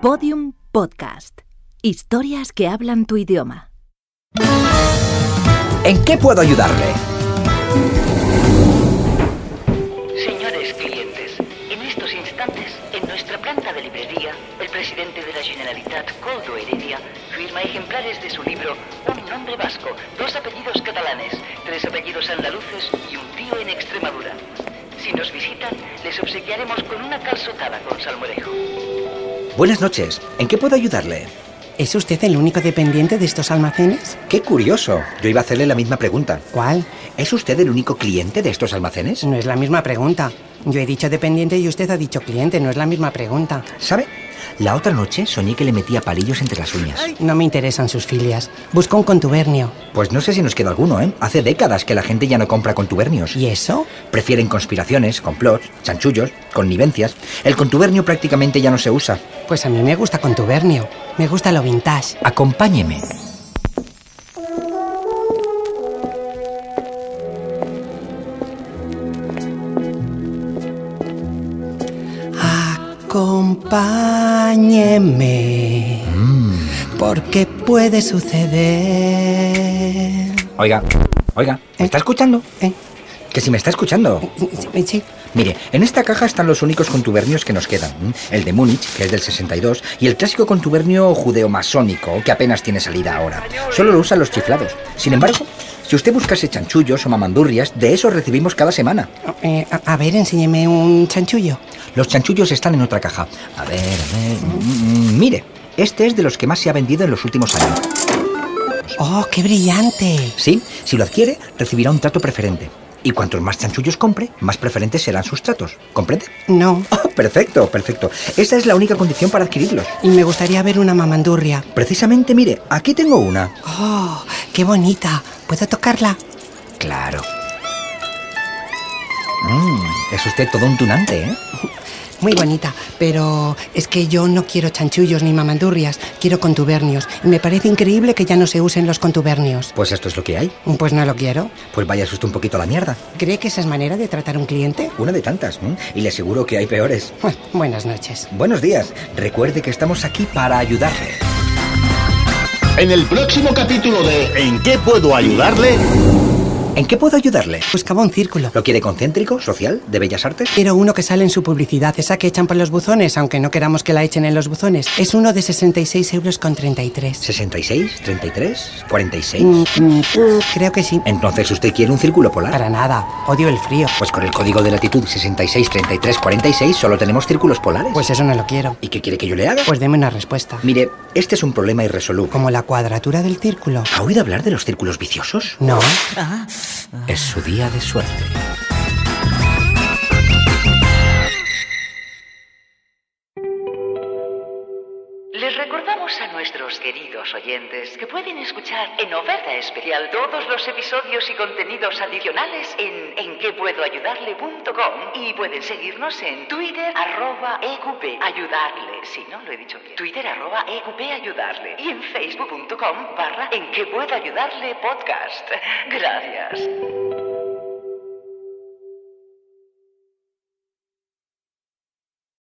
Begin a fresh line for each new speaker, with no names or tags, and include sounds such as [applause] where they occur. Podium Podcast. Historias que hablan tu idioma.
¿En qué puedo ayudarle?
Señores clientes, en estos instantes, en nuestra planta de librería, el presidente de la Generalitat, Coldo Heredia, firma ejemplares de su libro Un nombre vasco, dos apellidos catalanes, tres apellidos andaluces y un tío en Extremadura. Si nos visitan, les obsequiaremos con una calzotada con salmorejo.
Buenas noches. ¿En qué puedo ayudarle?
¿Es usted el único dependiente de estos almacenes?
Qué curioso. Yo iba a hacerle la misma pregunta.
¿Cuál? Pues
¿Es usted el único cliente de estos almacenes?
No es la misma pregunta. Yo he dicho dependiente y usted ha dicho cliente, no es la misma pregunta.
¿Sabe? La otra noche soñé que le metía palillos entre las uñas.
No me interesan sus filias. Busco un contubernio.
Pues no sé si nos queda alguno, ¿eh? Hace décadas que la gente ya no compra contubernios.
¿Y eso?
Prefieren conspiraciones, complots, chanchullos, connivencias. El contubernio prácticamente ya no se usa.
Pues a mí me gusta contubernio. Me gusta lo vintage.
Acompáñeme.
Acompáñeme. Porque puede suceder.
Oiga, oiga, ¿me está escuchando?
¿Eh?
Que si me está escuchando.
Sí, sí.
Mire, en esta caja están los únicos contubernios que nos quedan. ¿m? El de Múnich, que es del 62, y el clásico contubernio judeo-masónico, que apenas tiene salida ahora. Solo lo usan los chiflados. Sin embargo, si usted buscase chanchullos o mamandurrias, de esos recibimos cada semana.
Eh, a, a ver, enséñeme un chanchullo.
Los chanchullos están en otra caja. A ver, a ver. mm, mm, Mire, este es de los que más se ha vendido en los últimos años.
¡Oh, qué brillante!
Sí, si lo adquiere, recibirá un trato preferente. Y cuantos más chanchullos compre, más preferentes serán sus tratos. ¿Comprende? [laughs]
No.
Ah, perfecto, perfecto. Esa es la única condición para adquirirlos.
Y me gustaría ver una mamandurria.
Precisamente, mire, aquí tengo una.
¡Oh, qué bonita! ¿Puedo tocarla?
Claro. Mm, es usted todo un tunante, ¿eh?
Muy bonita, pero es que yo no quiero chanchullos ni mamandurrias, quiero contubernios. Y me parece increíble que ya no se usen los contubernios.
Pues esto es lo que hay.
Pues no lo quiero.
Pues vaya usted un poquito a la mierda.
¿Cree que esa es manera de tratar a un cliente?
Una de tantas, ¿m? Y le aseguro que hay peores.
Bueno, Buenas noches.
Buenos días. Recuerde que estamos aquí para ayudarle.
En el próximo capítulo de ¿En qué puedo ayudarle?
¿En qué puedo ayudarle?
Buscaba Pues un círculo.
¿Lo quiere concéntrico, social, de bellas artes?
Quiero uno que sale en su publicidad, esa que echan por los buzones, aunque no queramos que la echen en los buzones. Es uno de 66 euros con 33.
66, 33, 46.
Mm, mm, Creo que sí.
Entonces, ¿usted quiere un círculo polar?
Para nada. Odio el frío.
Pues con el código de latitud 66, 33, 46 solo tenemos círculos polares.
Pues eso no lo quiero.
¿Y qué quiere que yo le haga?
Pues deme una respuesta.
Mire, este es un problema irresoluble.
¿Como la cuadratura del círculo?
¿Ha oído hablar de los círculos viciosos?
No.
Es su día de suerte.
Les recordamos a nuestros queridos oyentes que pueden escuchar en oferta especial todos los episodios y contenidos adicionales en enquepuedoayudarle.com y pueden seguirnos en Twitter arroba EQP ayudarle. Si no, lo he dicho bien. Twitter arroba EQP ayudarle y en facebook.com barra en que puedo ayudarle podcast. [laughs] Gracias.